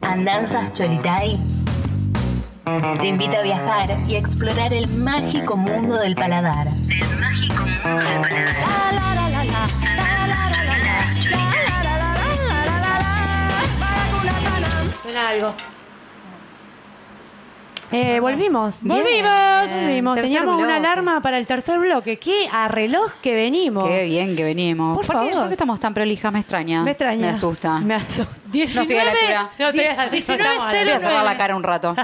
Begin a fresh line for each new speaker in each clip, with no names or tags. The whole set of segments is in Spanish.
Andanzas Cholitai te invita a viajar y a explorar el mágico mundo del paladar.
El mágico mundo del paladar.
Suena algo.
Eh, volvimos.
Bien.
Volvimos. Volvimos.
Tercer
Teníamos una
bloque.
alarma para el tercer bloque. ¿Qué a reloj que venimos?
Qué bien que venimos.
Por
qué,
favor.
¿Por qué estamos tan prolijas? Me extraña.
Me extraña.
Me asusta.
Me asusta.
No
19,
estoy a la altura.
No estoy a la altura. Estamos a la-
19
Voy a cerrar
09.
la cara un rato.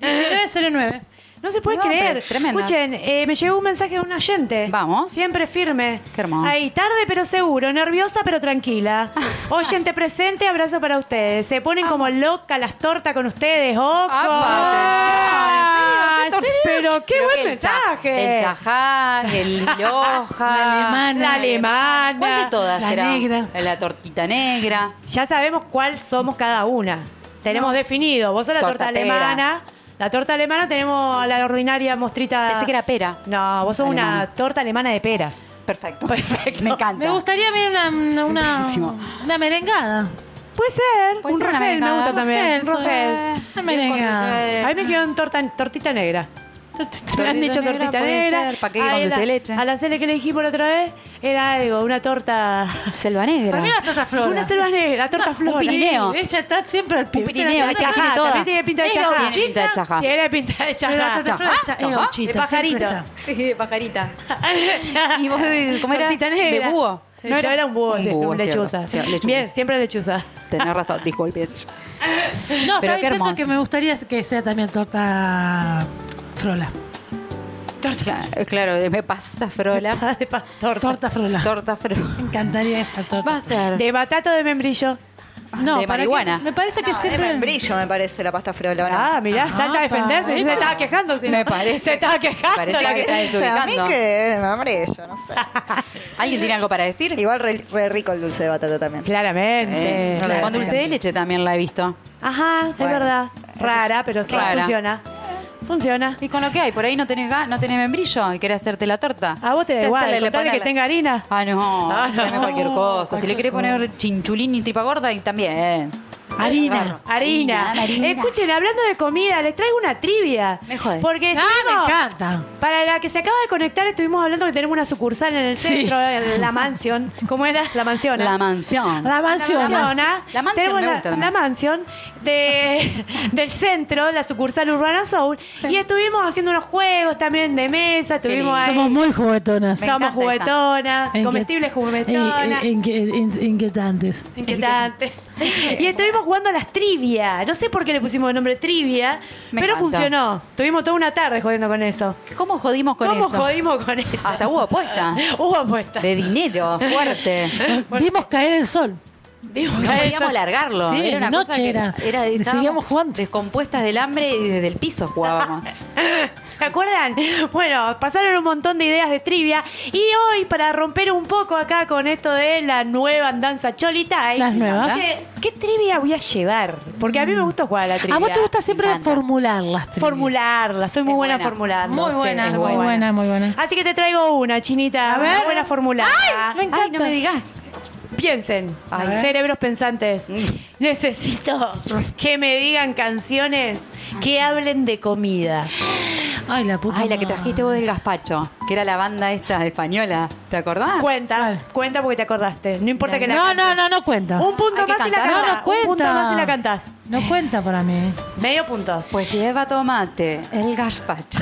1909.
No se puede
No,
creer.
pero es tremendo.
Escuchen, eh, me llegó un mensaje de un oyente.
Vamos.
Siempre firme.
Qué hermoso.
Ahí, tarde pero seguro, nerviosa pero tranquila. Oyente presente, abrazo para ustedes. Se
Ah.
ponen como loca las tortas con ustedes. ¡Ojo!
¡Apa!
Ah,
¿En serio? ¿Qué torta?
Pero qué
Creo
buen
que el cha-
mensaje.
El chajá, el loja.
alemana.
La alemana.
¿Cuál de todas
la
será?
negra.
La tortita negra.
Ya sabemos cuál somos cada una. Tenemos definido. Vos sos la torta
Tortatera.
alemana. La torta alemana tenemos a la ordinaria mostrita.
Pensé que era pera.
No, vos sos
Alemana.
una torta alemana de pera.
Perfecto.
Perfecto.
Me encanta.
Me gustaría ver una, una, una,
Buenísimo.
una merengada.
Puede ser.
Puede
un
ser una
rogel me
merengada.
gusta también.
Rogel,
Un rogel.
sí. Una
Bien
merengada.
construida.
A mí me quedó en torta, tortita negra. Me han dicho
negra
tortita
puede
negra.
ser, paquete
A
con
la-
dulce de leche.
A la cele que le dijimos la otra vez era algo, una torta.
Selva negra.
Para mí la torta flora.
Una selva negra, torta flor.
pirineo.
Sí, Ella está siempre al pie.
Un pirineo,
La torta
esta que tiene
flora.
toda.
También tiene pinta de
Ella
chajá.
es gauchita,
Tiene pinta de chajá.
Tiene pinta de
pero la
chajá.
torta flora
Chajá.
cha- es
Chajá.
gauchita,
De pajarito.
siempre está.
Sí, pajarita. ¿Y vos de- cómo era?
Tortita negra.
¿De búho?
Sí, yo era un búho, sí,
búho,
un
es cierto.
lechuza.
Sí, lechuza.
Bien, siempre lechuza.
Tenés razón, disculpes.
No,
Pero
estaba
qué
diciendo
hermoso.
que me gustaría que sea también torta frola.
Cla- Claro, me pasa frola.
De pa- torta.
Torta frola.
Ah. Torta frola.
Me encantaría esta torta.
Va a ser.
De batata o de membrillo.
no,
de
para que-
marihuana.
Me parece que
Ah, Es
siempre...
membrillo, me parece, la pasta friola.
Ah, mirá, salta a defenderse.
pa.
Se estaba quejando. sí.
Me parece.
Se estaba quejando.
Parece
la
que
que-
está
a mí
desubicando.
que es membrillo, no sé.
¿Alguien tiene algo para decir?
Igual re, re rico el dulce de batata también.
Claramente.
Eh,
no la
con
decía.
dulce de leche también la he visto.
Ajá, es
Bueno,
verdad. Rara, pero sí
Rara.
funciona. Funciona.
Y con lo que hay, por ahí no tenés gas, no tenés membrillo y querés hacerte la torta.
A vos te da
Entonces,
igual,
dale, le
contale
ponés
que
la-
tenga harina.
Ah, no,
Ah,
dame
no.
cualquier cosa. Si le querés poner chinchulín y tripa gorda, y también.
Harina,
Agarro.
harina.
Harina, harina.
Escuchen, hablando de comida, les traigo una trivia.
Me jodés.
Porque
Ah, me
estuvimos-
encanta.
Para la que se acaba de conectar, estuvimos hablando que tenemos una sucursal en el centro, en la mansión. ¿Cómo era? La mansión.
La mansión.
Ah,
La mansión.
La mansión.
La mansión
Tenemos
me
la-
gusta
la,
también.
mansión de, del centro, la sucursal Urbana Soul. Y estuvimos haciendo unos juegos también de mesa. Estuvimos
lindo.
ahí.
Somos muy juguetonas.
Me
Somos
encanta esa.
juguetonas,
Inquiet-
comestibles
In-
juguetonas.
in- inque- in- Inquietantes.
Inquietantes. Y estuvimos jugando a las trivia. No sé por qué le pusimos el nombre trivia,
Me
pero
encanta.
funcionó. Estuvimos toda una tarde jodiendo con eso.
¿Cómo jodimos con
¿Cómo
eso?
jodimos con eso?
Hasta hubo apuesta.
Hubo apuesta.
De dinero, fuerte.
Vimos caer el sol.
Vimos
No
a eso.
podíamos largarlo.
Sí,
era una
de
cosa
noche
que
era.
era
Y
estábamos
seguíamos jugando.
Descompuestas del hambre y desde el piso jugábamos.
¿Se acuerdan? Bueno, pasaron un montón de ideas de trivia. Y hoy, para romper un poco acá con esto de la nueva andanza Cholita,
Las nuevas. Mm.
dije, ¿qué trivia voy a llevar? Porque a mí me gusta jugar a la trivia.
A vos te gusta siempre
Me encanta.
formularlas. trivias.
Formularla, soy muy
Es
buena,
buena.
formulando.
Muy
sí,
buena,
es
muy buena, muy buena.
Así que te traigo una, chinita.
A ver.
Una buena formulada.
Me encanta.
Ay, no me digas.
Piensen,
A ver.
cerebros pensantes.
Mm.
Necesito que me digan canciones que hablen de comida.
Ay, la puta.
Ay, la que
madre.
trajiste vos del gazpacho, que era la banda esta española. ¿Te acordás?
Cuenta,
Vale.
cuenta porque te acordaste. No importa que la
No,
cantes.
no, no, no cuenta.
Un punto
Hay que
más y la
cantar.
cantás.
No, no
Un punto
cuenta.
más y la cantás.
No cuenta para mí.
Medio punto.
Pues lleva tomate, el gazpacho.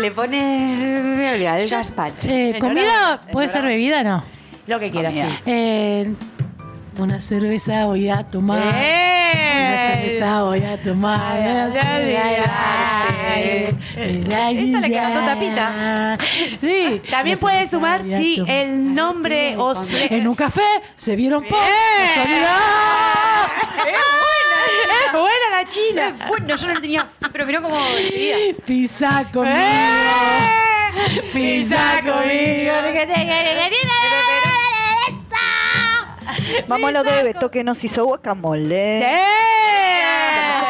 Le pones me olvidé, el gazpacho.
Eh,
El
comida
dorado,
puede ser bebida, no.
Lo que quieras.
Comida.
sí.
Eh, una cerveza voy a tomar. Una
¡Eh!
cerveza voy a tomar.
Ay, ay, ay, ay.
Esa es la que cantó Tapita.
Sí.
También
Una
puedes
cerveza
sumar
voy a
si
tomar.
el nombre o se-
En un café se vieron por
¡Es buena la china!
Bueno, yo no lo tenía, pero miró como enseguida.
Pizza conmigo.
¡Eh!
Pizza conmigo.
Mamá lo debe, toque nos hizo guacamole.
¡Eh!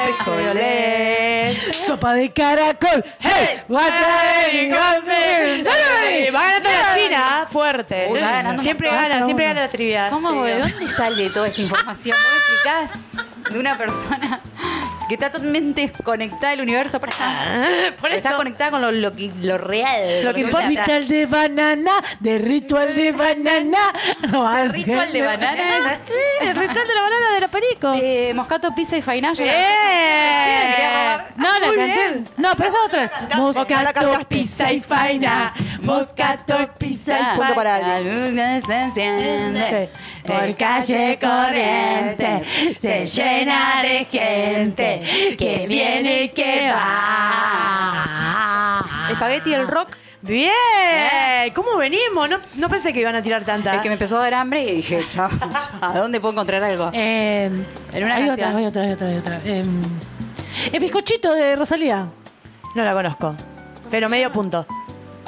Frijoles.
Sopa de caracol. Hey, what's
Eh, Va a ganar toda la China, ¿ah? fuerte.
Uy, va ganando un
Siempre
montón.
gana, siempre gana la trivia.
¿Cómo,
Te
de
digo.
dónde sale toda esa información? ¿Vos me explicás de una persona que está totalmente desconectada del universo? Por esa-
Ah, Por eso.
Está conectada con lo, lo que- lo real.
Lo que importa.
está-
Ritual de banana, de ritual de banana. No,
Ritual de bananas.
Sí, el ritual de la banana de la perico.
Eh, Moscato, pizza y faina. yo la-
¡Eh!
quería robar.
No, la
Muy bien.
canté. No, pero esa otra es.
No la
Moscato,
cantaste.
pizza y faina. Moscato, pizza y faina.
Punto para
La
alguien.
luna se enciende
Por calle corriente se llena de gente que viene y que va.
Espagueti el rock.
Bien.
Eh.
¿Cómo venimos? No, no pensé que iban a tirar tanta.
Es que me empezó a dar hambre y dije, chao, ¿a dónde puedo encontrar algo?
Eh,
En una
hay
canción.
otra, hay otra, hay otra, hay otra. Eh, el bizcochito de Rosalía.
No la conozco. Pero medio punto.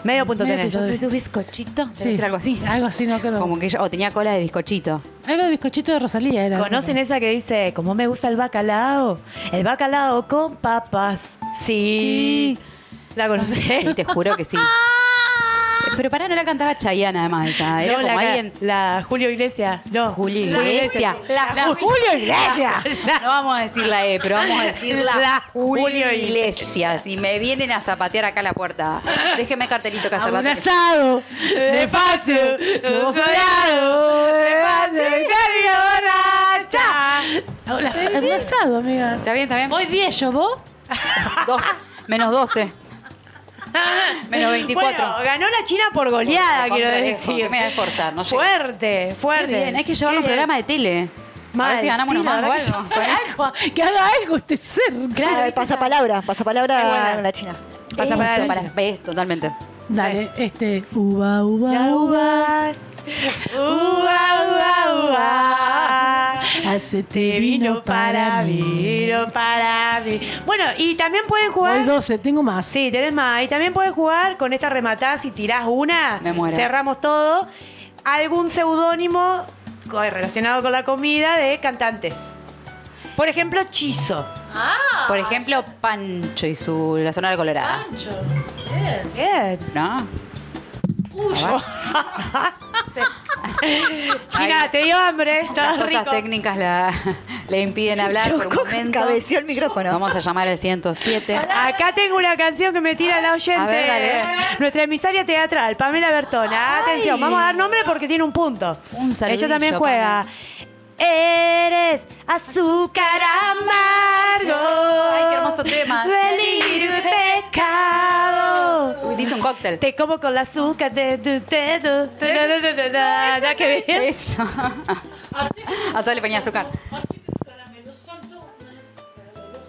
Medio punto
Medio
tenés.
Yo soy tu bizcochito. Debe ser algo así.
Algo así, no creo.
Como que yo, o tenía cola de bizcochito.
Algo de bizcochito de Rosalía era.
¿Conocen esa que dice, como me gusta el bacalao? El bacalao con papas. Sí. ¿La conocés?
Sí, te juro que sí.
Ah.
Pero pará, no la cantaba Chayanne además esa. Era
No,
como
la,
alguien.
la Julio Iglesias. No. La
Julio Iglesias.
La,
La Julio
Julio Iglesias.
No vamos a decir la E, pero vamos a decir la,
La Julio
Julio Iglesias. Y me vienen a zapatear acá a la puerta. Déjeme cartelito que hace
un
rato que-
asado de fácil,
un soldado,
de
Soy Carmen Borracha.
Un asado, amiga.
¿Está bien, está bien?
Hoy 10 yo, vos.
Dos, menos 12. Menos 24.
Bueno, ganó la China por goleada,
Por lo
quiero
contrario,
decir.
¿qué me voy a esforzar? No llego.
fuerte,
Qué
fuerte.
bien, eh, hay que llevar un
Qué bien.
programa de tele. A ver
Mal,
si ganamos
sí,
unos
la
más o
verdad que
algo. Con esto.
Algo, que haga algo este ser.
Claro,
Claro, pasa palabra,
Qué
pasa
buena.
palabra en la China.
Pasa para
Eso.
la para- ves, totalmente.
Dale, este. Uva,
La
uva, uva.
uva, uva, uva, uva.
Hacete vino para mí.
vino para mí. Bueno, y también pueden
Hoy
jugar.
12, tengo más.
Sí, tenés más. Y también puedes jugar con esta rematada. Si tirás una,
Me muero.
cerramos todo. Algún seudónimo co- relacionado con la comida de cantantes. Por ejemplo, Chizo.
Por ejemplo, Pancho y su la sonora colorada.
Bien.
¿No?
China,
Ay.
te dio hambre. Estaba
Las cosas
Ah, rico.
técnicas la, le impiden hablar por un
Chocó,
momento.
Cabeció el micrófono.
Vamos a llamar al 107.
Acá tengo una canción que me tira la oyente.
A ver, dale.
Nuestra emisaria teatral, Pamela Bertona.
Ay.
Atención, vamos a dar nombre porque tiene un punto.
Un saludillo,
Ella también juega. Eres azúcar amargo.
Ay, qué hermoso tema.
Delirio y pecado.
Uy, Dice un cóctel.
Te como con la azúcar de tu dedo. Da, da, da, da, da. Ya que bien.
Eso. A todo le ponía azúcar.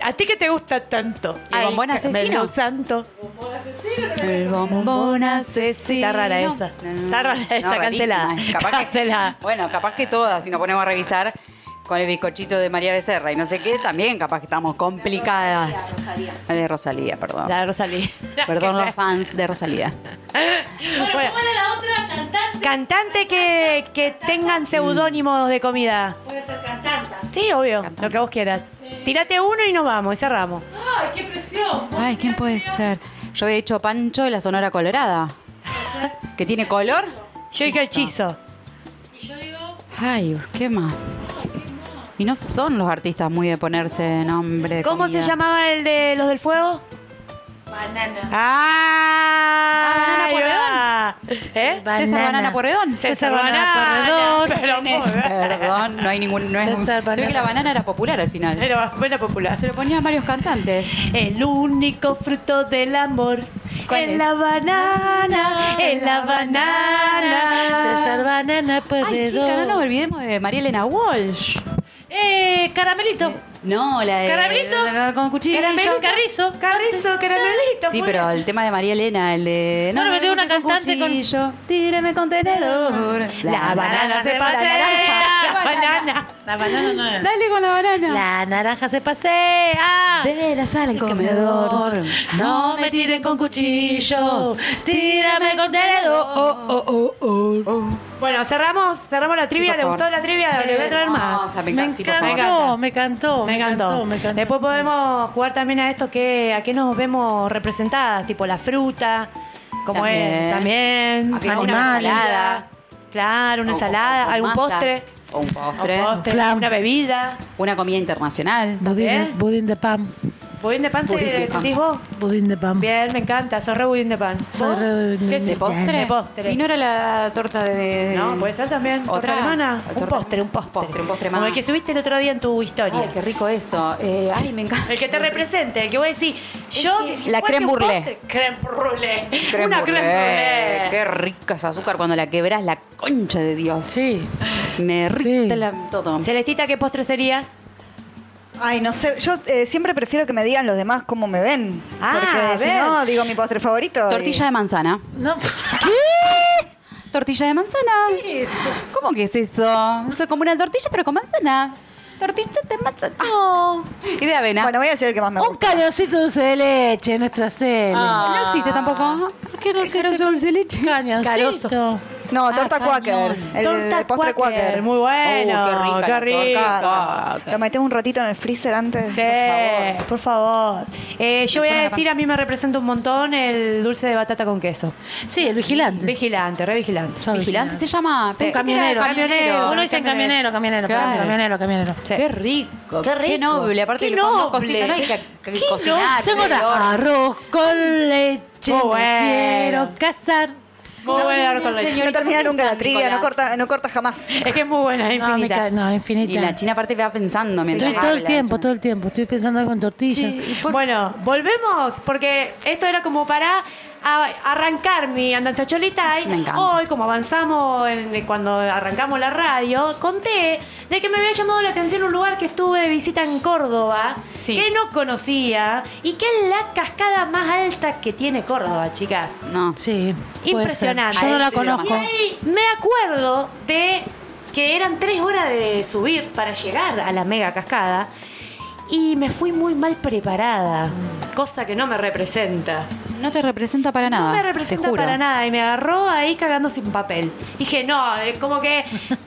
¿A ti que te gusta tanto?
¿Y bombón asesino?
santo.
El bombón
asesino. Está rara esa. Está rara esa, cancelada.
rarísima. Capaz que-
Cancelada.
bueno, capaz que todas, si nos ponemos a revisar con el bizcochito de María Becerra y no sé qué, también capaz que estamos complicadas. De Rosalía, perdón.
La Rosalía.
Perdón los fans de Rosalía.
Bueno,
la otra cantante?
Cantante que, que tengan seudónimos de comida.
Puede ser cantanta.
Sí, obvio, lo que vos quieras. Tírate uno y nos vamos, y cerramos.
¡Ay, qué presión!
Ay, ¿quién puede ser? Yo había dicho Pancho de la Sonora Colorada. ¿Que tiene color?
Yo digo hechizo.
Y yo digo,
Ay, ¿qué más? Y no son los artistas muy de ponerse nombre. de
¿Cómo se
comida.
llamaba el de los del fuego?
banana.
¡Ah!
Ah,
Banana
Banana
Porredón. ¿Eh?
César Banana Porredón.
César Banana Porredón. Pero muy bien.
Perdón, no hay ningún. No es,
César
se ve que la banana era popular al final.
Era buena popular.
Se lo ponía a varios cantantes.
El único fruto del amor.
¿Cuál
en
es?
la banana, en la banana.
César Banana
Ay, chica, no
Perredón.
nos olvidemos de María Elena Walsh.
Eh, caramelito.
No, la de.
Caramelito.
la- la- Con cuchillo.
Caramelito. Carrizo.
Carrizo, caramelito.
Sí,
muy
pero
bien.
el tema de María Elena, el de.
Bueno, pero tengo una
con
cantante con-
cuchillo, Tíreme con tenedor.
La banana se pasea. La banana.
La banana no es.
Dale con la banana.
La naranja se pasea.
De la sala al comedor. No me tiren con cuchillo.
Oh,
Tírame con dedo.
Oh,
Bueno, cerramos, cerramos la trivia.
por
¿Le
favor.
gustó la trivia? Le voy a traer más.
Hermosa, me
Me
encanta, sí, por favor.
encantó, me encantó,
Me encantó. Eh,
me encantó.
Después podemos jugar también a esto que a qué nos vemos representadas, tipo la fruta, como
También.
es también,
¿A qué
alguna
comida?
ensalada. Claro, una
O- o-
ensalada,
o
algún
masa,
postre,
O un postre.
un postre,
Flan.
una bebida.
Una comida internacional.
Budín,
¿Eh?
budín de pan,
¿Budín de pan
Budín de
te
pan.
sentís vos?
budín de pan.
Bien, me encanta, sos re budín de pan.
Soy
¿Vos?
re budín
¿Qué
de
¿De
sí?
postre?
De postre.
Y no era la torta de.
No, puede ser también. ¿Torta
¿Otra?
alemana?
¿Torta
Un postre, un postre.
Postre, un postre
Como
más.
el que subiste el otro día en tu historia.
Ay, qué rico eso. Eh, ay, me encanta.
El que te represente, el que voy a decir, yo
que-
si
La
fuese
creme
un
brûlée.
postre, Creme brûlée.
Creme
Una
brûlée.
creme brûlée.
Qué rica esa azúcar cuando la quebras, la concha de Dios.
Sí,
Me
Sí.
irrita la- todo.
Celestita, ¿qué postre serías?
Ay, no sé, yo eh, siempre prefiero que me digan los demás cómo me ven.
Ah, a
porque si
ver.
no, digo mi postre favorito. y-
Tortilla de manzana.
no,
Tortilla de manzana. ¿Cómo que es eso? Eso es como una tortilla, pero con manzana. Tortilla de manzana.
Ah.
Y de avena.
Bueno, voy a decir el que más
Oh.
me
un
gusta.
cañoncito de dulce de leche, nuestra cena.
Ah,
no existe tampoco.
¿Por qué no
El
existe?
carozo dulce de leche.
Cañoncito.
Caroso.
No,
Ah,
torta
cañón.
Quaker. El
Torta
postre Quaker.
Quaker, Muy bueno.
Oh, qué rica la
rico.
torta.
Ah, Lo metemos un ratito en el freezer antes.
Sí, por favor. Eh, yo voy
suena
a
la
decir,
panza.
a mí me representa un montón el dulce de batata con queso.
Sí, el vigilante.
Vigilante, re vigilante.
Soy
Vigilante se llama. Pensé que era
Camionero,
camionero.
camionero.
Uno dice camionero, camionero, perdón,
Claro.
camionero, camionero.
Sí.
Qué rico.
Qué
Qué
rico.
noble. Aparte
Qué
que le pongo
noble.
cositas, no hay que, que
Qué
cocinar.
Tengo
tiene olor.
la arroz con leche.
Muy
me
bueno.
quiero casar.
Muy
No,
buena
no,
con leche.
señor.
No termina
Señorita,
nunca la
San
trivia, no
Nicolás.
corta, no corta jamás.
Es que es muy buena, es
No, me
infinita.
ca- no,
Y la
infinita.
china aparte va pensando mientras
Estoy todo el
habla.
tiempo, todo el tiempo. Estoy pensando algo en tortilla.
Sí, y por-
Bueno, volvemos, porque esto era como para a- arrancar mi andanza cholita. Y
Me encanta.
hoy, como avanzamos en- cuando arrancamos la radio, conté de que me había llamado la atención un lugar que estuve de visita en Córdoba,
Sí.
que no conocía, y que es la cascada más alta que tiene Córdoba, chicas.
No.
Sí. puede ser.
Impresionante.
Yo no la
Ahí estoy
conozco.
Y ahí me acuerdo de que eran tres horas de subir para llegar a la mega cascada y me fui muy mal preparada, cosa que no me representa.
No te representa para nada.
no me representa
te juro.
para nada y me agarró ahí cagando sin papel. Dije, no, eh, como que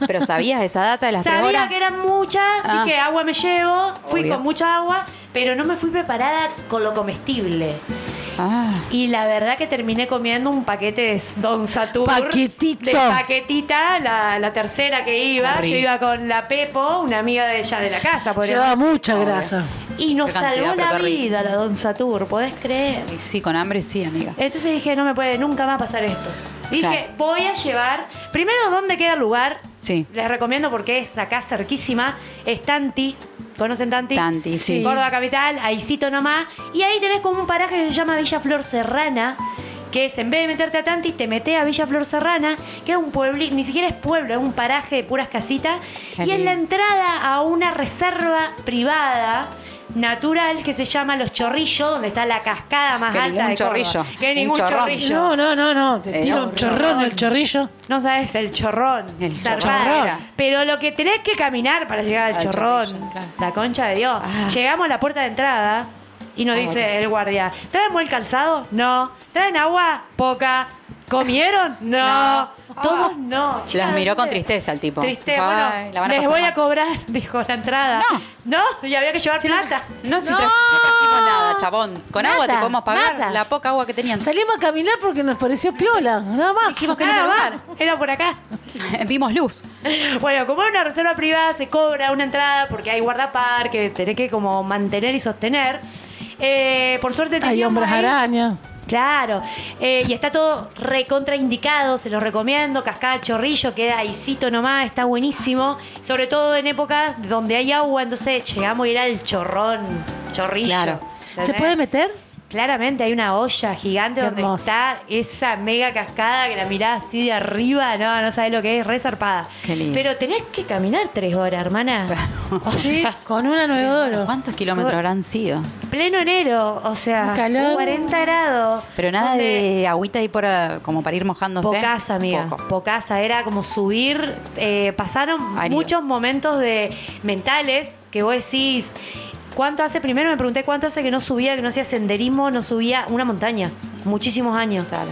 Pero sabías esa data de las tres
sabía
horas.
que eran muchas,
Ah.
dije, agua me llevo, fui
Obvio.
con mucha agua, pero no me fui preparada con lo comestible.
Ah.
Y la verdad que terminé comiendo un paquete de Don Satur.
Paquetito.
De paquetita, la, la tercera que iba.
Qué
Yo
rico.
iba con la Pepo, una amiga de ella de la casa, podríamos-
Lleva mucha
Obvio.
grasa.
Y nos
Qué cantidad,
salvó
pero
la
qué rico.
vida la Don Satur, ¿podés creer?
Y Sí, con hambre sí, amiga.
Entonces dije, no me puede nunca más pasar esto. Dije,
Claro.
voy a llevar. Primero, ¿dónde queda el lugar?
Sí.
Les recomiendo porque es acá cerquísima. Es Tanti. ¿Conocen Tanti?
Tanti, sí.
Córdoba Capital, ahícito nomás. Y ahí tenés como un paraje que se llama Villa Flor Serrana. Que es, en vez de meterte a Tanti, te metés a Villa Flor Serrana, que era un pueblo, ni siquiera es pueblo, es un paraje de puras casitas.
Qué
y es la
lindo.
entrada a una reserva privada natural que se llama Los Chorrillos, donde está la cascada más
Que
alta
ningún
de Córdoba.
chorrillo,
Que
un
ningún
chorrón.
chorrillo.
No, no, no, no. Te
Eh,
tiro
no,
un chorrón, el chorrillo.
No sabes, el chorrón.
El
Zarpado.
chorrón.
Pero lo que tenés que caminar para llegar al,
Al
chorrón.
chorrillo, claro.
La concha de Dios.
Ah.
Llegamos a la puerta de entrada y nos dice el guardia: ¿traen buen calzado? No. ¿Traen agua? Poca. ¿Comieron? No.
No. Ah.
Todos no.
Las
Chicas,
miró con
¿viste?
tristeza el tipo.
Tristeza.
Ay,
Bueno,
la van a
les
pasar
voy
mal.
a cobrar, dijo la entrada. No. No, y había que llevar
Si no-
plata. Ah,
No, si tra- no trajimos nada, chabón. Con
Nada,
agua te podemos pagar
nada.
la poca agua que tenían.
Salimos a caminar porque nos pareció piola, nada más.
Em. Dijimos que en
Nada
otro
más.
lugar.
Era por acá.
Vimos luz.
Bueno, como era una reserva privada, se cobra una entrada porque hay guardaparque, tenés que como mantener y sostener. Eh, por suerte
Hay
teníamos
hombres
ahí-
araña.
Claro, Eh, y está todo recontraindicado, se los recomiendo. Cascada Chorrillo queda ahícito nomás, está buenísimo. Sobre todo en épocas donde hay agua, entonces llegamos a ir al chorrón, chorrillo.
Claro.
¿Se puede meter?
Claramente hay una olla gigante
Qué
donde
hermoso.
está esa mega cascada que la mirás así de arriba, no, no sabes lo que es, re zarpada.
Qué lindo.
Pero tenés que caminar tres horas, hermana. O
Sí,
sea,
con una nueve oro.
¿Cuántos kilómetros habrán sido?
pleno enero, o sea,
Un calor.
40 grados.
Pero nada
donde
de agüita ahí por, ah, como para ir mojándose.
Pocas, amiga.
Poco.
Pocas. Era como subir. eh, pasaron
Árido.
muchos momentos de mentales que vos decís. ¿Cuánto hace? Primero me pregunté cuánto hace que no subía, que no hacía senderismo, no subía una montaña. Muchísimos años.
Claro.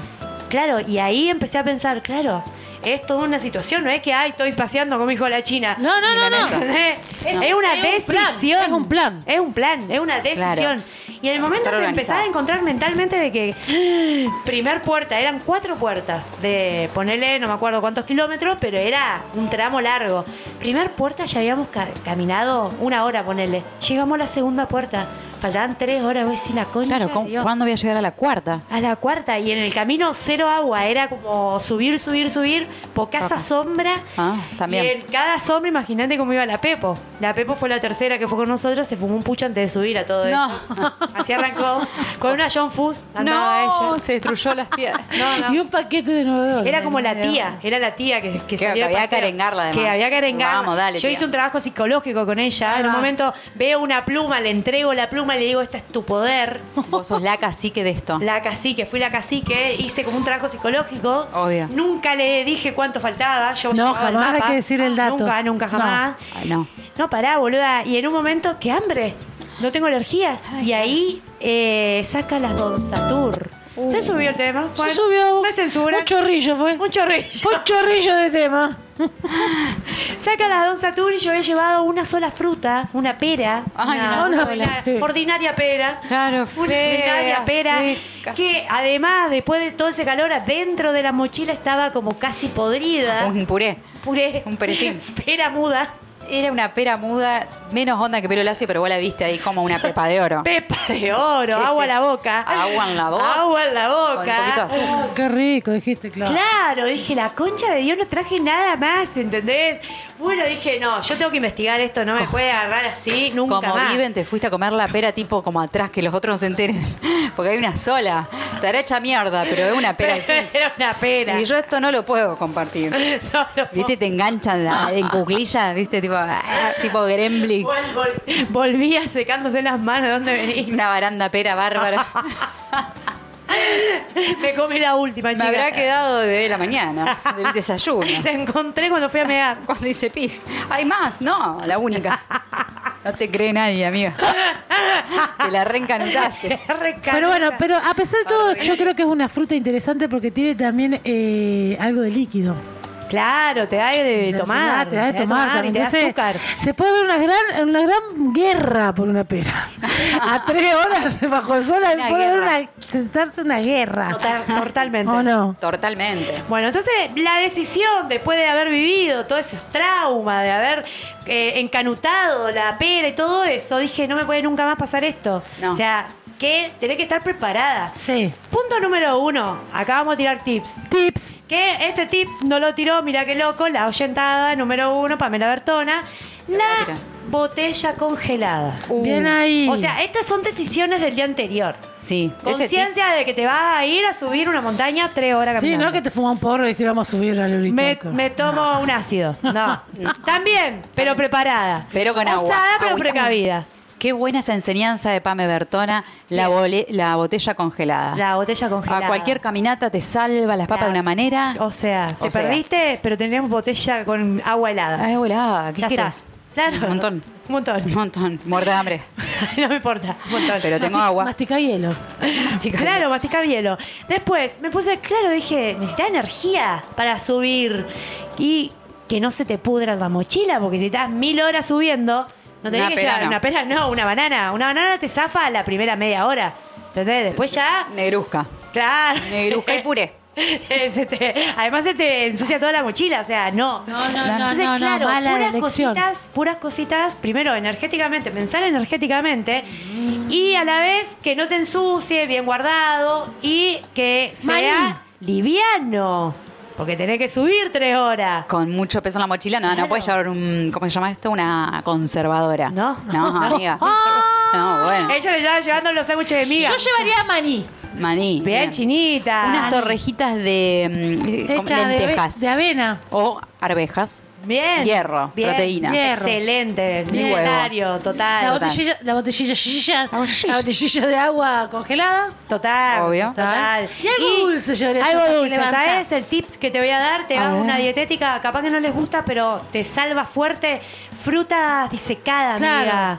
Claro, y ahí empecé a pensar, claro, es toda una situación, no es que ay, estoy paseando con mi hijo a la China.
No, no,
Ni me
no, no.
meto.
¿Entendés? Es, una
es un plan,
decisión.
es un plan.
Es un plan, es una decisión. Y en el momento
Estar
que
organizado.
empezás a encontrar mentalmente de que ¡ah! primer puerta, eran cuatro puertas de ponerle, no me acuerdo cuántos kilómetros, pero era un tramo largo. Primer puerta ya habíamos ca- caminado una hora, ponerle. Llegamos a la segunda puerta. Faltaban tres horas, voy sin la concha.
Claro, ¿cómo-
de Dios.
¿cuándo voy a llegar a la cuarta?
A la cuarta, y en el camino cero agua, era como subir, subir, subir,
Roca.
pocaza sombra.
Ah, también.
Y en cada sombra, imagínate cómo iba la Pepo. La Pepo fue la tercera que fue con nosotros, se fumó un pucho antes de subir a todo
No.
eso. Así arrancó, con una John Fuss, andaba
No,
ella.
se destruyó las piedras.
No,
Y
no.
un paquete de novedades.
Era como la
Ay, Dios.
tía, era la tía que, que
Que
salía de
había que
paseo.
arengarla, además.
Que había que arengarla.
Vamos, dale,
Yo
tía.
hice un trabajo psicológico con ella. En un momento veo una pluma, le entrego la pluma y le digo, esta es tu poder.
Vos sos la cacique de esto.
La cacique, fui la cacique, hice como un trabajo psicológico.
Obvio.
Nunca le dije cuánto faltaba. Yo
No,
llevaba el
jamás hay
mapa. Ah,
que decir el dato.
Nunca, nunca,
No.
jamás.
Ay, no.
No, pará, boluda. Y en un momento, qué hambre. No tengo energías. y ahí eh, saca las Don Satur. Se subió el tema.
Se
Bueno,
subió
Me censura.
Un chorrillo fue.
Un chorrillo.
Fue un chorrillo de tema.
Saca las Don Satur y yo había llevado una sola fruta, una pera.
Ay, una
sola.
ordinaria- ordinaria pera.
Claro,
Una ordinaria
fea,
pera.
seca.
Que además, después de todo ese calor, adentro de la mochila estaba como casi podrida.
Ah, Un puré.
puré.
un perecín.
Pera muda.
Era una pera muda, menos onda que pelo lacio, pero vos la viste ahí como una pepa de oro.
Pepa de oro,
Ah. Sí,
agua
sí.
en la boca.
Agua en la boca.
Agua en la boca.
Con un poquito de azúcar.
Oh, qué rico, dijiste, claro.
Claro, dije, la concha de Dios no traje nada más, ¿entendés? Bueno, dije, no, yo tengo que investigar esto, no me puede agarrar así nunca
Oh. Como
más.
viven, te fuiste a comer la pera tipo como atrás, que los otros no se enteren. Porque hay una sola. Estará hecha mierda, pero es una pera. al fin.
Era una pera.
Y yo esto no lo puedo compartir.
No, no.
Viste, te enganchan la- en cuclillas, viste, tipo, ah, tipo gremlin.
Igual vol- volvía secándose las manos, ¿dónde venís?
Una baranda pera bárbara.
Me comí la última,
Me
chica.
habrá quedado de la mañana, del desayuno.
Te encontré cuando fui a mear.
Cuando dice pis, hay más, no, la única. No te cree nadie, amiga. Te la reencanutaste.
Pero bueno, pero a pesar de todo,
Barbie.
yo creo que es una fruta interesante porque tiene también eh, algo de líquido.
Claro, te da de tomar.
Te da de tomar,
y
también.
te da
Entonces,
azúcar.
Se puede ver una gran, una gran guerra por una pera. a tres horas bajo el sol
Una
puede haber
guerra.
una, sentarse una guerra.
Total- totalmente.
¿O no?
Totalmente.
Bueno, entonces la decisión, después de haber vivido todo ese trauma, de haber eh, encanutado la pera y todo eso, dije, no me puede nunca más pasar esto.
No.
O sea, que tenés que estar preparada.
Sí.
Punto número uno, acá vamos a tirar tips.
Tips.
Que este tip no lo tiró, mirá qué loco, la oyentada número uno, Pamela Bertona, la
tira.
botella congelada.
Uh,
Bien ahí.
O sea, estas son decisiones del día anterior.
sí, ese tip,
Conciencia de que te vas a ir a subir una montaña tres horas
sí,
caminando.
no que te fuma un porro y si vamos a subir al
me,
Euritoco.
me tomo un ácido. No. También, pero preparada.
Pero con agua.
Osada, pero
Agüita.
precavida.
Qué buena esa enseñanza de Pame Bertona, la, bole- la botella congelada.
La botella congelada.
A cualquier caminata te salva las papas
La-
de una manera.
O sea,
O
te
sea.
perdiste, pero teníamos botella con agua helada.
Ay, hola, ¿qué
ya
quieres?
está. Claro.
Un montón.
Un montón.
Un montón. Muerde hambre.
no me importa. Un montón.
Pero tengo agua.
Mastica hielo.
Mastica.
Claro, masticar hielo. Después me puse, claro, dije, necesitas energía para subir y que no se te pudra la mochila, porque si estás mil horas subiendo, no tenés
Una
que
pera
llevar
no.
una pera, no, una banana. Una banana te zafa la primera media hora. ¿Entendés? Después ya,
Negruzca.
claro.
Negruzca y
Eh.
puré.
Se te- además se te ensucia toda la mochila, o sea, no.
No, no,
no,
Entonces, claro,
mala
puras
elección.
cositas, puras cositas, primero energéticamente, pensar energéticamente y a la vez que no te ensucie, bien guardado y que sea
Maní.
liviano, porque tenés que subir tres horas.
Con mucho peso en la mochila, no, no
Claro.
puedes llevar un, ¿cómo se llama esto? Una conservadora.
No. Ah.
No, amiga. No, bueno.
Ellos te estaban llevando los sándwiches de miga.
Yo llevaría maní.
Maní.
Bien, chinita.
Unas torrejitas de mm, con
Hecha de,
lentejas.
ave- de avena.
O arvejas.
Bien.
Hierro, proteína.
Hierro.
Excelente.
Y huevo.
Necesario,
La
total.
Total.
botellilla, la botellilla, shilla,
La botellilla.
la botellilla de agua congelada.
Total.
Obvio.
Total.
Y algo dulce llevaría yo para
Algo
que
dulce,
levanta.
¿sabes? El tips que te voy a dar, te
A
hago
ver.
una dietética, capaz que no les gusta, pero te salva fuerte frutas disecadas,
Claro.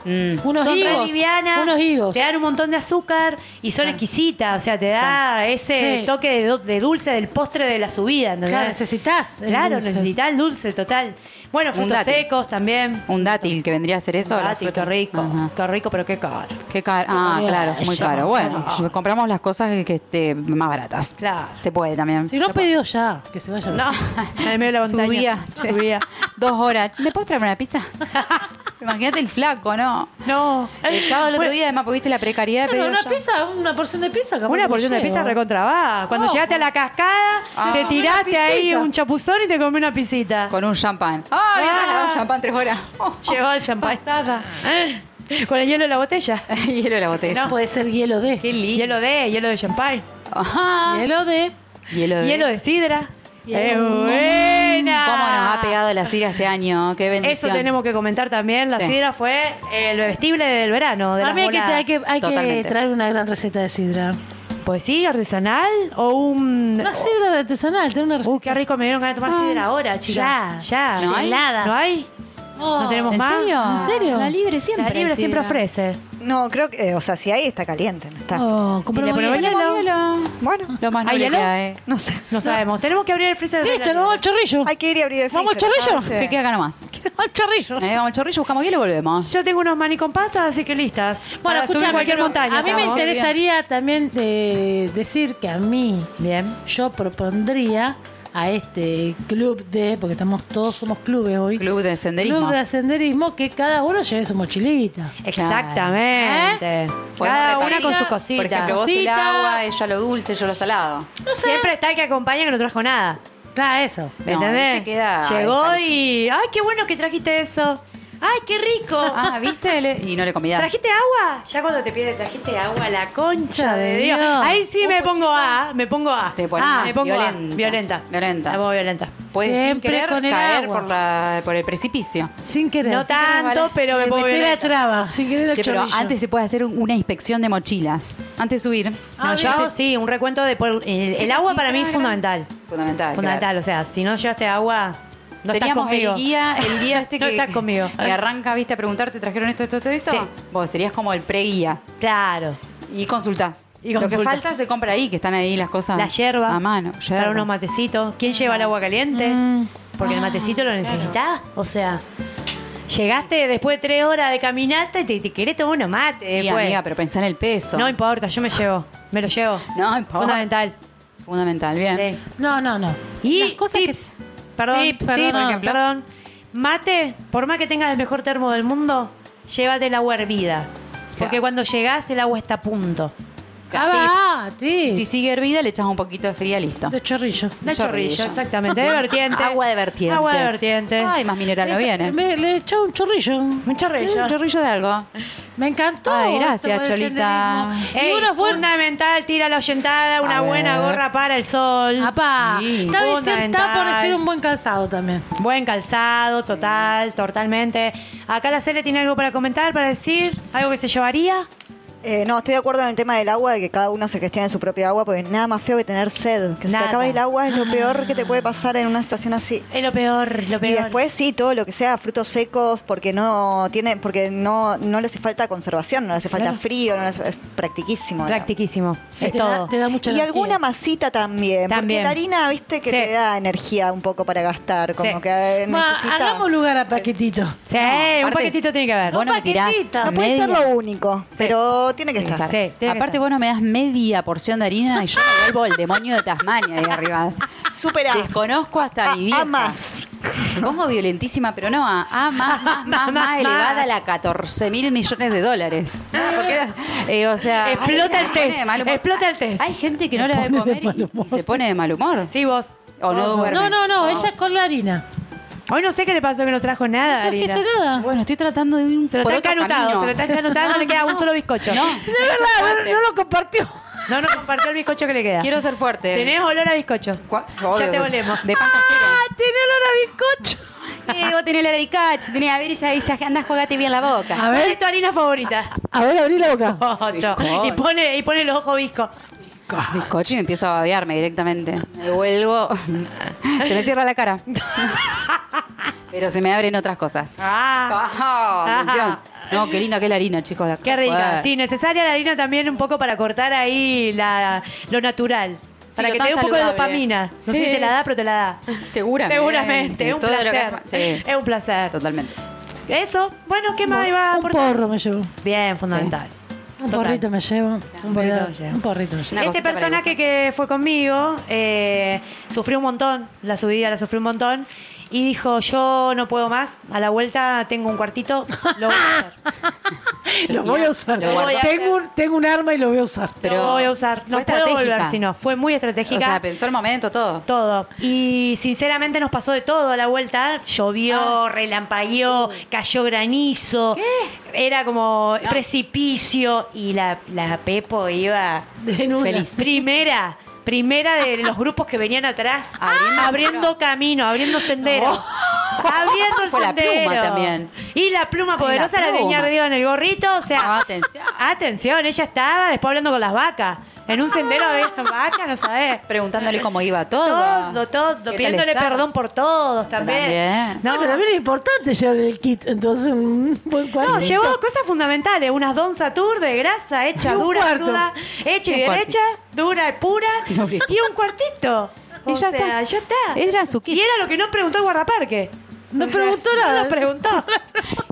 amiga.
Mm.
Unos
son re
higos.
livianas,
Unos higos.
te dan un montón de azúcar y son exquisitas, o sea, te da ese
Sí.
toque de, do- de dulce del postre de la subida, ¿entendés?
Claro, necesitas. el
Claro,
dulce.
necesitas el dulce total. Bueno,
Un
frutos
dátil.
secos también.
Un dátil que vendría a ser eso. la
Ah, qué
fruta.
rico,
Ajá.
qué rico, pero qué caro.
Qué caro. Ah,
Ay,
claro, muy
yo-
caro. Bueno,
Ah.
compramos las cosas que, que esté más baratas.
Claro.
Se puede también.
Si no, pedido ya, que se vaya.
No, en el medio de la montaña.
Subía, che.
Subía.
Dos horas. ¿Me puedes traer una pizza? Imagínate el flaco, ¿no?
No.
El chavo el otro
Bueno,
día, además, porque viste la precariedad de
Pero
pedido
una
ya.
pizza, una porción de pizza. capaz
Una
que
porción de
llego.
pizza recontrabada. Cuando
Ojo.
llegaste a la cascada,
Ah.
te
Comí
tiraste
una
ahí
pisita.
un chapuzón y te comí una pisita.
Con un champán. ¡Ah, bien,
Ah.
trasladado un champán tres horas!
Llegó el champán.
Pasada.
Con el hielo de la botella.
Hielo de la botella.
No, puede ser hielo de.
Qué lindo.
Hielo de, hielo de champán.
Ajá.
Hielo de.
Hielo de...
Hielo de sidra.
Hielo.
¡Eh, buena!
¿Cómo nos ha pegado la sira este año? ¡Qué bendición!
Eso tenemos que comentar también. La
Sí.
sidra fue el vestible del verano. De
Para
las
mí hay que,
boladas.
hay que, hay que
Totalmente.
traer una gran receta de sidra.
Pues sí, artesanal o un.
Una sidra artesanal, tener una receta.
Uh, qué rico me dieron ganas de tomar sidra
Ah.
ahora, chicas.
Ya.
Ya.
¿No hay?
Helada.
¿No hay?
Oh.
¿No tenemos
¿En
más?
serio?
¿En serio?
La libre siempre.
La libre siempre
sidra.
ofrece.
No, creo que, eh, o sea, si hay está caliente, no está.
Oh, compramos
Y le ponemos
hielo.
Como
Hielo.
hielo.
Bueno,
Lo más
¿Hay
noble que
hielo?
hay.
no sé.
No sabemos. Tenemos que abrir el freezer. de
Listo,
la-
nos vamos al chorrillo.
Hay que ir y abrir el
¿Vamos,
freezer,
chorrillo?
¿no?
¿Qué queda acá nomás?
Al chorrillo.
Eh, vamos al chorrillo, buscamos hielo y volvemos.
Yo tengo unos maní con pasas, así que listas.
Bueno,
Para subir
escúchame,
cualquier
pero
montaña.
A mí me
estamos.
interesaría también eh, decir que a mí
Bien.
yo propondría a este club de, porque estamos todos somos clubes hoy,
Club de senderismo.
club de senderismo, que cada uno lleve su mochilita.
Exactamente.
¿Eh?
Podemos
Cada
repartir.
una con sus
Por
cositas.
ejemplo, vos el
Cosita.
agua, ella lo dulce, yo lo salado.
No sé.
Siempre está el que acompaña que no trajo nada.
Claro, eso.
¿Me
No,
entendés?
ese queda-
Llegó
está
y. ¡Ay, qué bueno que trajiste eso! ¡Ay, qué rico!
Ah, ¿viste? Le- Y no le comida.
¿Trajiste agua? Ya cuando te pide trajiste agua, la concha de
de
Dios.
Dios.
Ahí sí
Uh,
me pongo
pochita.
A, me pongo A.
Te pones
Ah,
A,
me pongo
violenta.
A. Violenta.
Violenta.
Me pongo violenta.
Puedes sin
Siempre
querer
con el
caer
agua.
por, la, por el precipicio.
Sin querer.
No
Sin querer, Eh,
tanto,
vale.
pero me
Le
pongo
metí la
violenta.
traba, sin querer al
Che, pero
chorrillo.
antes se puede hacer un- una inspección de mochilas. Antes de subir. este
No, yo hago, sí, un recuento de... por- el, el agua para mí es fundamental.
Fundamental.
Fundamental, o sea, si no llevaste agua, no estás
Seríamos
conmigo.
el guía, el guía este
No
que,
estás conmigo.
que arranca, viste, a preguntarte, ¿trajeron esto, esto, esto, esto?
Sí.
Vos serías como el pre-guía
Claro.
y consultás.
Y
Lo que
consultas.
falta se compra ahí, que están ahí las cosas
La hierba.
Ah, a mano.
Para
yerba. Ah. Mm.
unos matecitos. ¿Quién lleva el agua caliente? Porque el matecito lo necesitas. O sea, llegaste después de tres horas de caminata y te, te querés tomar unos mates.
Y
después.
amiga, pero pensá en el peso.
No importa, yo me llevo. Me lo llevo.
No importa.
Fundamental.
Fundamental, bien.
Sí.
No, no, no.
Y
Las cosas que-
tips. Perdón,
Tip,
tip,
perdón.
perdón,
Por
ejemplo.
Mate, por más que tengas el mejor termo del mundo, llévate el agua hervida. Porque
Claro.
cuando llegás, el agua está a punto.
Ah, va, sí.
Y Si sigue hervida, le echas un poquito de fría, listo.
De chorrillo.
No es
Chorrillo.
chorrillo, exactamente. De vertiente.
Agua de vertiente.
Agua de vertiente.
Ay, más mineral no viene.
Me- le echó un chorrillo.
Un chorrillo.
Un chorrillo de algo.
Me encantó.
Ay,
esto
gracias,
del
Cholita.
senderismo.
Ey,
y uno fue.
fundamental, tira la oyentada, una
A
buena
ver.
gorra para el sol.
Apá,
Sí.
está, diciendo-
Fundamental.
está por decir un buen calzado también.
Buen calzado, total, totalmente. Acá la Cele tiene algo para comentar, para decir, algo que se llevaría.
Eh, no, estoy de acuerdo en el tema del agua, de que cada uno se gestione su propia agua, porque nada más feo que tener sed. Que se te
Nada.
acabe el agua es lo peor que te puede pasar en una situación así.
Es lo peor, lo
Y
peor.
después sí, todo lo que sea frutos secos, porque no tiene, porque no, no le hace falta conservación, no le hace falta
Claro.
frío, no le hace- es practiquísimo. digamos.
Practiquísimo. es
te, da,
todo.
te da mucha
Y
energía.
alguna masita también,
También.
porque la harina, viste, que
Sí.
te da energía un poco para gastar, como
Sí.
que eh,
Ma,
necesita...
hagamos lugar a Paquetito.
Sí, un
aparte
paquetito
es-
tiene que ver.
Vos no me tirás
Paquetita. No puede
media.
ser lo único, pero tiene que
Tiene que
estar.
estar.
Sí, tiene que Ah.
Aparte,
estar.
vos no me das media porción de harina y yo me vuelvo el demonio de Tasmania ahí arriba.
Superá.
Desconozco hasta
A-
Ah,
mi vieja.
a más.
Me pongo violentísima, pero no, a, a más, más, más, más elevada a la 14 mil millones de dólares. Ah, porque, eh, o sea,
Explota
hay
el
gente
test,
de mal humor.
explota el test.
Hay gente que no le da de comer y- y, se pone de mal humor.
Sí, vos.
O no duerme.
No, no, no, ella con la harina.
Hoy no sé qué le pasó que no trajo nada,
No
Arina.
trajiste nada.
Bueno, estoy tratando de un
Se lo
por
está
otro
encanutado,
camino.
se lo está encanutado, no le queda un solo bizcocho.
No,
No,
quiero ser fuerte.
lo compartió.
no compartió el bizcocho que le queda.
Quiero ser fuerte.
Tenés olor a bizcocho.
Cua-
Ya
obvio,
te volvemos.
De pan casero.
Tiene olor a bizcocho.
Eh, vos tenés la de bicacho, tenés a ver esa ella, andás, jugate bien la boca.
A
¿Cuál
ver,
es tu harina favorita?
a ver, abrí la boca.
Ocho. Y pone, y pone los ojos visco. Ah.
Bizcocho y me empiezo a babearme directamente. Me vuelvo. Se me cierra la cara. Pero se me abren otras cosas.
Ah,
Ah, atención. No, qué linda que es la harina, chicos. la-
qué rica.
Bueno.
Sí, necesaria la harina también un poco para cortar ahí la, lo natural. Para
lo
que
tan
te dé un poco de
saludable.
dopamina. No sé
Sí.
si te la da, pero te la da.
Seguramente.
Seguramente, es un
Todo lo que
placer.
hace- sí.
Es un placer.
Totalmente.
Eso, bueno, ¿qué más iba a
Un
aportar?
porro me llevo.
Bien, fundamental.
Un
Total.
porrito me llevo. Un
porrito
porrito,
me llevo.
un porrito me llevo.
Una
este
cosita para
personaje
dibujar.
que fue conmigo eh, sufrió un montón, la subida la sufrió un montón y dijo, yo no puedo más, a la vuelta tengo un cuartito, lo voy a hacer.
Lo voy a usar.
Lo guardo.
Tengo un, tengo un arma y lo voy a usar.
Pero
lo voy a usar, no
fue
puedo
estratégica.
volver si no, fue muy
O
estratégica.
sea, pensó el momento, todo.
todo. Y sinceramente nos pasó de todo a la vuelta.
Ah.
Llovió, relampagueó, cayó granizo. Era como
No.
precipicio. Y la, la Pepo iba
Feliz.
primera. Primera de los grupos que venían atrás.
Abriendo
Abriendo camino, abriendo sendero. Abriendo el
Fue la pluma
sendero.
también.
Y la pluma
Ay,
poderosa
la
la, tenía
pluma. Ah.
arriba en el gorrito. O sea,
Atención.
atención, ella estaba después hablando con las vacas. En un sendero había vacas, no sabés.
Preguntándole cómo iba todo.
Todo, todo,
¿Qué tal
pidiéndole
estaba?
perdón por todos también.
También.
No,
No, pero también es importante llevar el kit. Entonces, un buen cuarto.
no, llevó cosas fundamentales, unas donza tour de grasa hecha,
Y un
dura,
cuarto.
cruda, hecha y
Un
derecha, dura y pura,
Dura y
y un cuartito.
Y
O
ya
sea,
está.
ya está.
Era su kit.
Y era lo que no preguntó el guardaparque.
No preguntó
No
nada.
lo preguntó.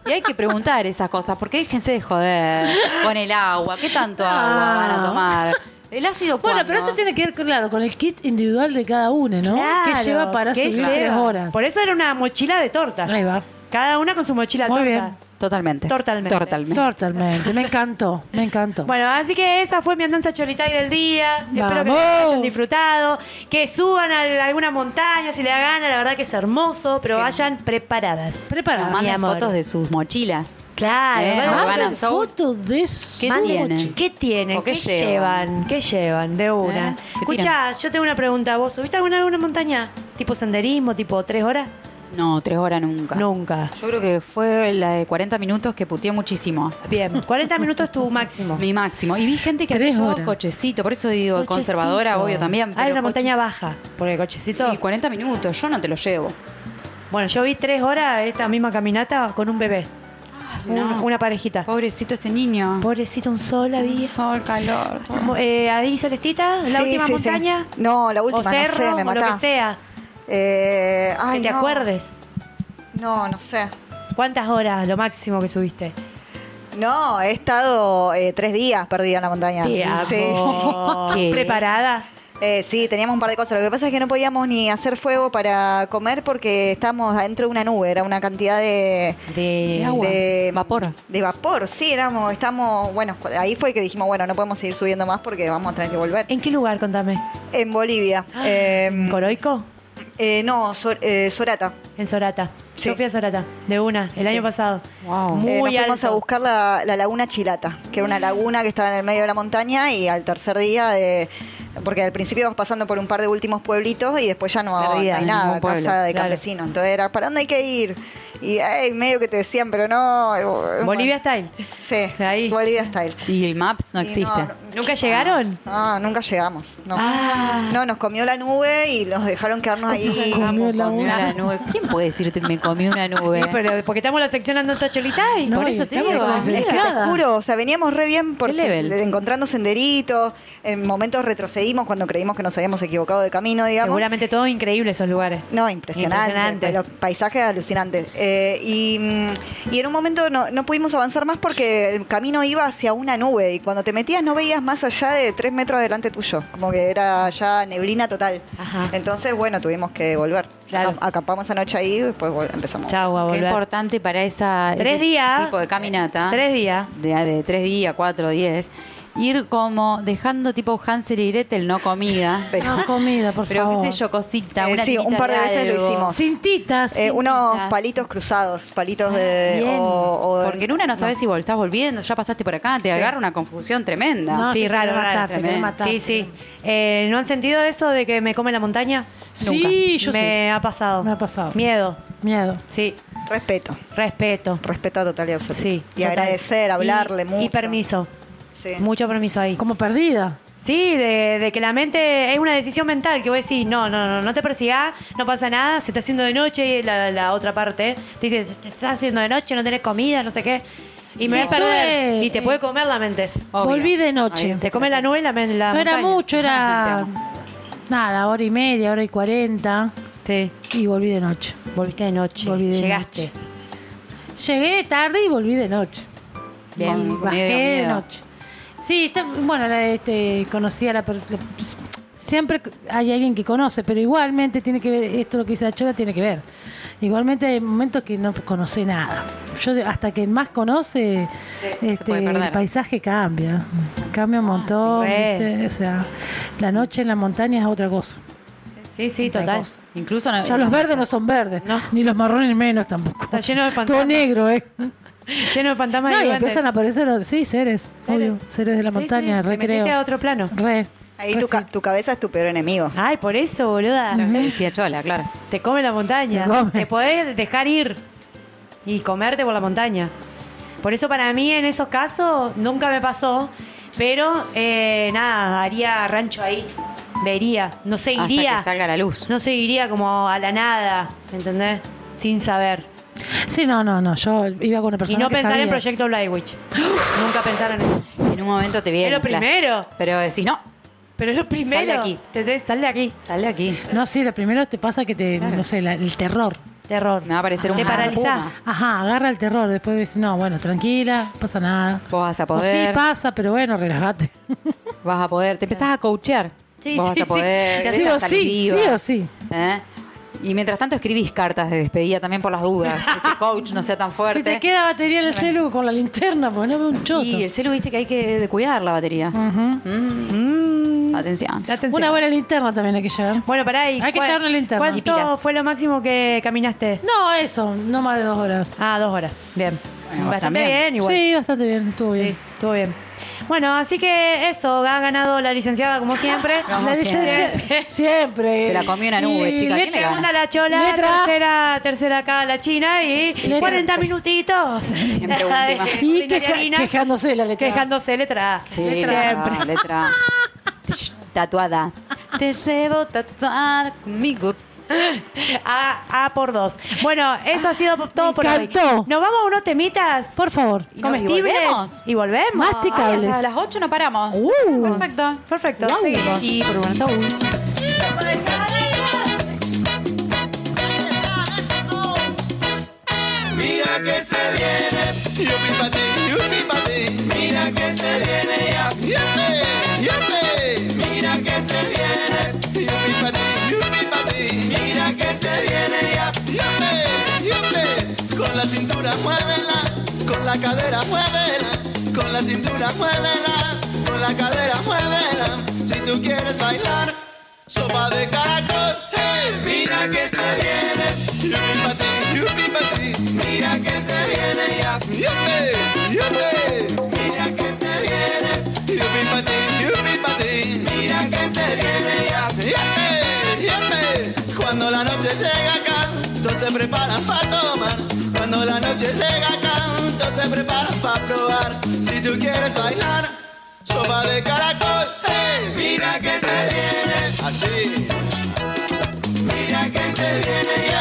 Y hay que preguntar esas cosas, porque déjense de joder con el agua. ¿Qué tanto agua van
Ah.
a tomar? El ácido
Bueno,
cuándo?
pero eso tiene que ver, claro, con el kit individual de cada uno, ¿no?
Claro,
que lleva para
¿qué
subir
lleva?
tres horas.
Por eso era una mochila de tortas.
Ahí va.
Cada una con su mochila
Muy
torta.
bien.
Totalmente.
Totalmente.
Totalmente.
Totalmente. Me encantó, me encantó.
Bueno, así que esa fue mi andanza cholitay del día. Espero que
¡Vamos!
la hayan disfrutado, que suban a alguna montaña si le da gana, la verdad que es hermoso, pero
Que-
vayan preparadas.
Nos
Preparada.
Mi
mandan
amor.
fotos de sus mochilas.
Claro,
Eh,
bueno,
Urbana
manden-
Soul.
Fotos Ah, de eso.
¿Qué
manden-
tienen?
¿Qué tienen?
¿O qué
¿Qué
llevan?
llevan? ¿Qué llevan? De una.
Eh, ¿qué
Escucha, yo tengo una pregunta. ¿Vos subiste alguna vez a una montaña? ¿Tipo senderismo? ¿Tipo tres horas?
No, tres horas nunca.
Nunca.
Yo creo que fue la de 40 minutos que puteé muchísimo.
Bien, 40 minutos tu máximo.
Mi máximo. Y vi gente que había
Tres
llevado
horas.
cochecito, por eso digo
Cochecito.
conservadora, obvio también.
Hay
pero
una montaña
coches-
baja, porque cochecito...
Y 40 minutos, yo no te lo llevo.
Bueno, yo vi tres horas esta misma caminata con un bebé.
no.
Un- Una parejita.
Pobrecito ese niño.
Pobrecito, un sol había.
Sol, calor. todo.
Mo- eh, ahí, Celestita, la
Sí,
última
sí, sí.
montaña.
No, la última,
o cerro,
no sé, me
o
matás.
lo que sea.
Eh, ay,
que te
no.
acuerdes.
No, no sé.
¿Cuántas horas lo máximo que subiste?
No, he estado eh, tres días perdida en la montaña.
Tía,
Sí.
vos.
¿Qué?
¿Preparada?
Eh, sí, teníamos un par de cosas. Lo que pasa es que no podíamos ni hacer fuego para comer porque estábamos adentro de una nube. Era una cantidad de,
De
De...
agua.
de-
Vapor.
de vapor. Sí, éramos, estamos, bueno, ahí fue que dijimos, bueno, no podemos seguir subiendo más porque vamos a tener que volver.
¿En qué lugar, contame?
En Bolivia.
¿En
Eh,
Coroico?
eh, no, Sor- eh, Sorata.
En Sorata. Yo
Sí.
fui a Sorata, de una, el año pasado.
Wow.
Eh, nos
Muy
fuimos
alto.
a buscar la, la laguna Chilata, que era una laguna que estaba en el medio de la montaña y al tercer día, de, porque al principio vas pasando por un par de últimos pueblitos y después ya no, no
Perdida,
hay
ningún
nada,
pueblo,
casa de
claro.
campesinos. Entonces era, ¿para dónde hay que ir? Y ay, medio que te decían, pero no. eh, bueno.
Bolivia Style.
Sí,
Ahí.
Bolivia Style.
Y el Maps no
Y
existe.
¿Nunca llegaron?
No, nunca llegamos. No.
Ah.
no, nos comió la nube y nos dejaron quedarnos ahí.
Comió la
Comió
una.
la nube. ¿Quién puede decirte me comí una nube?
Sí, pero porque estamos en la sección Andanza Cholitay.
No,
Por
y
eso te
estamos
digo,
con la
es
Mira,
seleccionada.
te juro, o sea, veníamos re bien por
¿Qué level?
se- encontrando senderitos, en momentos retrocedimos cuando creímos que nos habíamos equivocado de camino, digamos.
Seguramente todo increíble esos lugares.
No, impresionante,
Impresionante.
Los paisajes alucinantes. Eh, y, mm, y en un momento no, no pudimos avanzar más porque el camino iba hacia una nube y cuando te metías no veías más allá de tres metros delante tuyo, como que era ya neblina total.
Ajá.
Entonces, bueno, tuvimos que volver.
Claro.
Acamp- Acampamos anoche ahí y después vol- empezamos.
Chau, a
Qué
volver.
importante para esa,
Tres
ese
días.
tipo de caminata.
Tres días.
de, de tres días, cuatro, diez, ir como dejando tipo Hansel y Gretel, no comida, pero,
No, comida, por
pero
favor.
qué sé yo, cosita,
Eh,
una
sí, un
tirita
par de veces lo
algo.
hicimos.
Cintitas.
Eh, unos
quizás.
palitos cruzados, palitos de...
bien.
o- o-
Porque en una no sabes si vol- estás volviendo, ya pasaste por acá, te agarra una confusión tremenda.
No,
Sí,
sí,
raro,
te quiero
raro.
matar, te quiero
Tremendo.
matar.
Sí, sí. Eh, ¿No han sentido eso de que me come la montaña?
Sí, yo
me
sí.
ha pasado.
Me ha pasado.
Miedo,
Miedo.
sí.
Respeto.
Respeto.
Respeto total y absoluto.
Sí.
Y
total.
agradecer, hablarle
y,
mucho.
Y permiso.
Sí.
Mucho permiso ahí.
Como perdida.
Sí, de, de que la mente es una decisión mental, que vos decís, no, no, no, no te persigas, no pasa nada, se está haciendo de noche y la, la otra parte te dice, se está haciendo de noche, no tenés comida, no sé qué. Y me
Sí,
voy a perder.
estuve,
y te
eh,
puede comer la mente.
Obvio.
Volví de noche.
Ahí
Se come la nube y la, men- la
No era
montaña.
mucho,
Te
era
amo.
nada, hora y media, hora y cuarenta.
Sí,
Y volví de noche.
volviste de noche.
Volví de
Llegaste.
noche. Llegué tarde y volví de noche.
Bien.
Y
Con
bajé
miedo,
de
miedo.
noche. Sí, está- bueno, la- este, conocí a la persona. Siempre hay alguien que conoce, pero igualmente tiene que ver, esto lo que dice la Chola tiene que ver. Igualmente hay momentos que no conoce nada. Yo de- hasta que el más conoce, este,
puede perder.
el paisaje cambia. Cambia un montón.
Ah, sí, re.
¿viste? O sea, la noche en la montaña es otra cosa.
Sí, sí,
Otra
total.
cosa.
Incluso no-
Ya los verdes no son verdes,
No.
ni los marrones menos tampoco.
Está lleno de
Todo
fantasmas.
negro, ¿eh?
Lleno de fantasmas
No, y
duendes.
empiezan a aparecer, sí, seres, obvio, seres de la
Sí,
montaña,
sí, te
recreo.
metiste a otro plano.
Re.
Ahí
re
tu,
sí.
ca- tu cabeza es tu peor enemigo.
Ay, por eso, boluda.
Lo que decía Chola, claro.
Te come la montaña.
Te come.
podés dejar ir y comerte por la montaña. Por eso para mí en esos casos nunca me pasó. Pero eh, nada, haría rancho ahí. Vería. No se
Hasta
iría.
que salga la luz.
No se iría como a la nada. ¿Entendés? Sin saber.
Sí, no, no, no. Yo iba con una
Y
persona.
no
que
pensar en
sabía.
Proyecto Blair Witch. Nunca pensar en eso.
En un momento te viene.
Es lo
el flash.
primero.
Pero decís, no,
Pero es lo primero.
Sal de aquí.
¿entendés? Sal de aquí.
sale aquí.
No, sí, lo primero te pasa que te,
Claro.
no sé, la- el terror.
Terror.
Me va a aparecer un
Te paraliza.
puma.
Ajá, agarra el terror. Después ves, no, bueno, tranquila, pasa nada.
Vos vas a
O
poder.
sí, pasa, pero bueno, relájate.
Vas a poder. Te empezás a coachear.
Sí,
Vos
sí,
vas a poder.
sí.
te
Sí
vas
o
a
sí,
salir viva.
sí o sí.
¿Eh? Y mientras tanto escribís cartas de despedida también por las dudas. Ese coach no sea tan fuerte.
Si te queda batería en el celu con la linterna, poneme un choto.
Y el celu viste que hay que de cuidar la batería. Mm. Atención.
Atención.
Una buena linterna también hay que llevar.
Bueno, pará. ¿y
Hay que
cuál-
llevar una linterna.
Y pilas.
¿Cuánto fue lo máximo que caminaste?
No, eso, no más de dos horas.
Ah, dos horas. Bien.
Bueno,
Bastante
también.
bien, Ah, igual.
Sí, bastante bien, estuvo bien.
Sí, estuvo bien. Bueno, así que eso, ha ganado la licenciada como siempre.
Como
La
Ah, siempre.
licencia- siempre.
Se la comió una nube,
Y-
chica. ¿Quién le
Segunda
gana?
la chola,
Letra A.
tercera, tercera acá la china y
Letra.
40 minutitos.
Siempre última.
Y queja-
Ordinariana,
quejándose de la letra. A.
Quejándose letra A.
Sí,
Siempre.
letra. letra. Tatuada. Te llevo tatuada conmigo.
A, A por dos. Bueno, eso ha sido todo
Me
por hoy.
encantó.
Nos vamos a unos temitas
Por favor.
Y no- y
comestibles.
volvemos.
Y volvemos.
Ay,
Masticables.
hasta las 8 no paramos.
Uh.
Perfecto.
Perfecto,
Guau.
seguimos.
Y por bueno, chau.
Mira que se viene, yupi pa' ti, yupi pa' ti. Mira que se viene ya, yupi, yupi. Mira que se viene, yupi pa' ti, yupi pa' ti. Mira que se viene ya, yupi, yupi. este, Con la cintura muévela, con la cadera muévela, con la cintura muévela, con la cadera muévela. Si tú quieres bailar, sopa de caracol. hey. Mira que se viene, yupi pa' ti, yupi pa' ti. Mira que se viene ya, yupi, yupi. Mira que se viene, yupi pa' ti, yupi pa' ti. Mira que se viene ya, yupi, yupi. Cuando la noche llega acá, todos se preparan para tomar. Cuando la noche llega acá, todos se preparan para probar. Si tú quieres bailar, sopa de caracol. hey. Mira que se viene, así. Mira que se viene ya.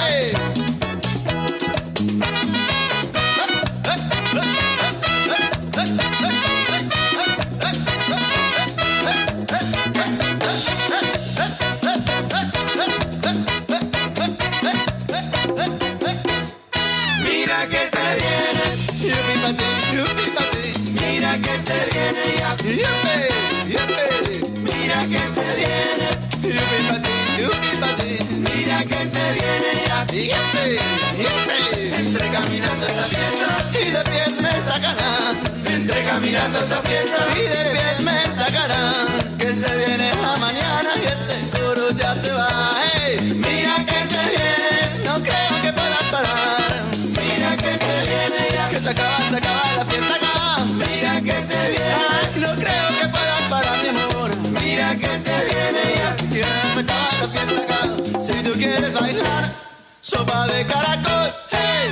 Mira que se viene, yupi pa' ti, yupi pa' ti. Mira que se viene ya, yupi, yupi. Mira que se viene, yupi pa' ti, yupi pa' ti. Mira que se viene ya, yupi, yupi. Entre caminando esta fiesta y de pies me sacarán. Entre caminando esta fiesta y de pies me sacarán. Que se viene la mañana y este coro ya se va. ey. Mira que se viene, no creo que puedas parar. Mira que se viene ya. Que se acaba, se acaba la fiesta acá. Mira que se viene. Ay, no creo que puedas parar, mi amor. Mira que se viene ya. Que se acaba la fiesta acá. Si tú quieres bailar, sopa de caracol. Hey.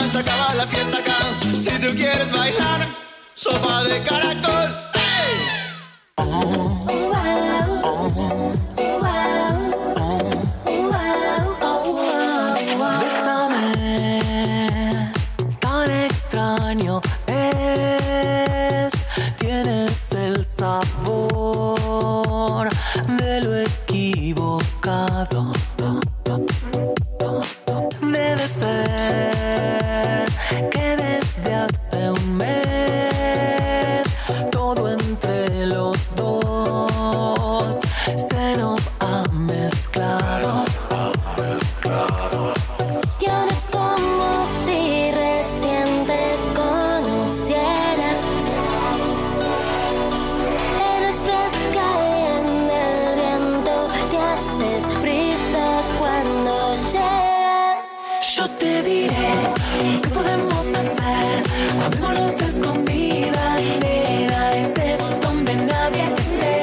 este, acaba la fiesta acá. Si tú quieres bailar, sopa de caracol. ¡Hey!
Bésame, tan extraño es. Tienes el sabor de lo equivocado. Debe ser que desde hace un mes todo entre los dos se nos ha mezclado.
Ya no es como si recién te conociera. Eres fresca y en el viento te haces brisa cuando llegas.
Yo te diré lo que podemos hacer. Amémonos a escondidas, nena. Estemos donde nadie esté.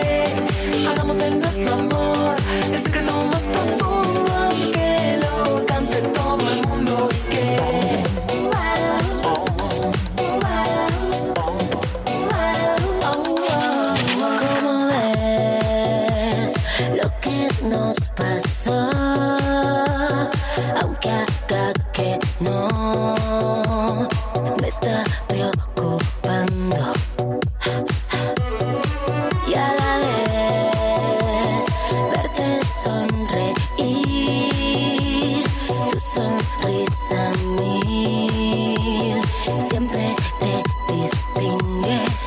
Hagamos de nuestro amor el secreto más profundo que lo cante todo el mundo. Que
¿Cómo ves lo que nos pasó? Aunque haga que no, me está preocupando. Y a la vez verte sonreír, tu sonrisa mil siempre te distingue.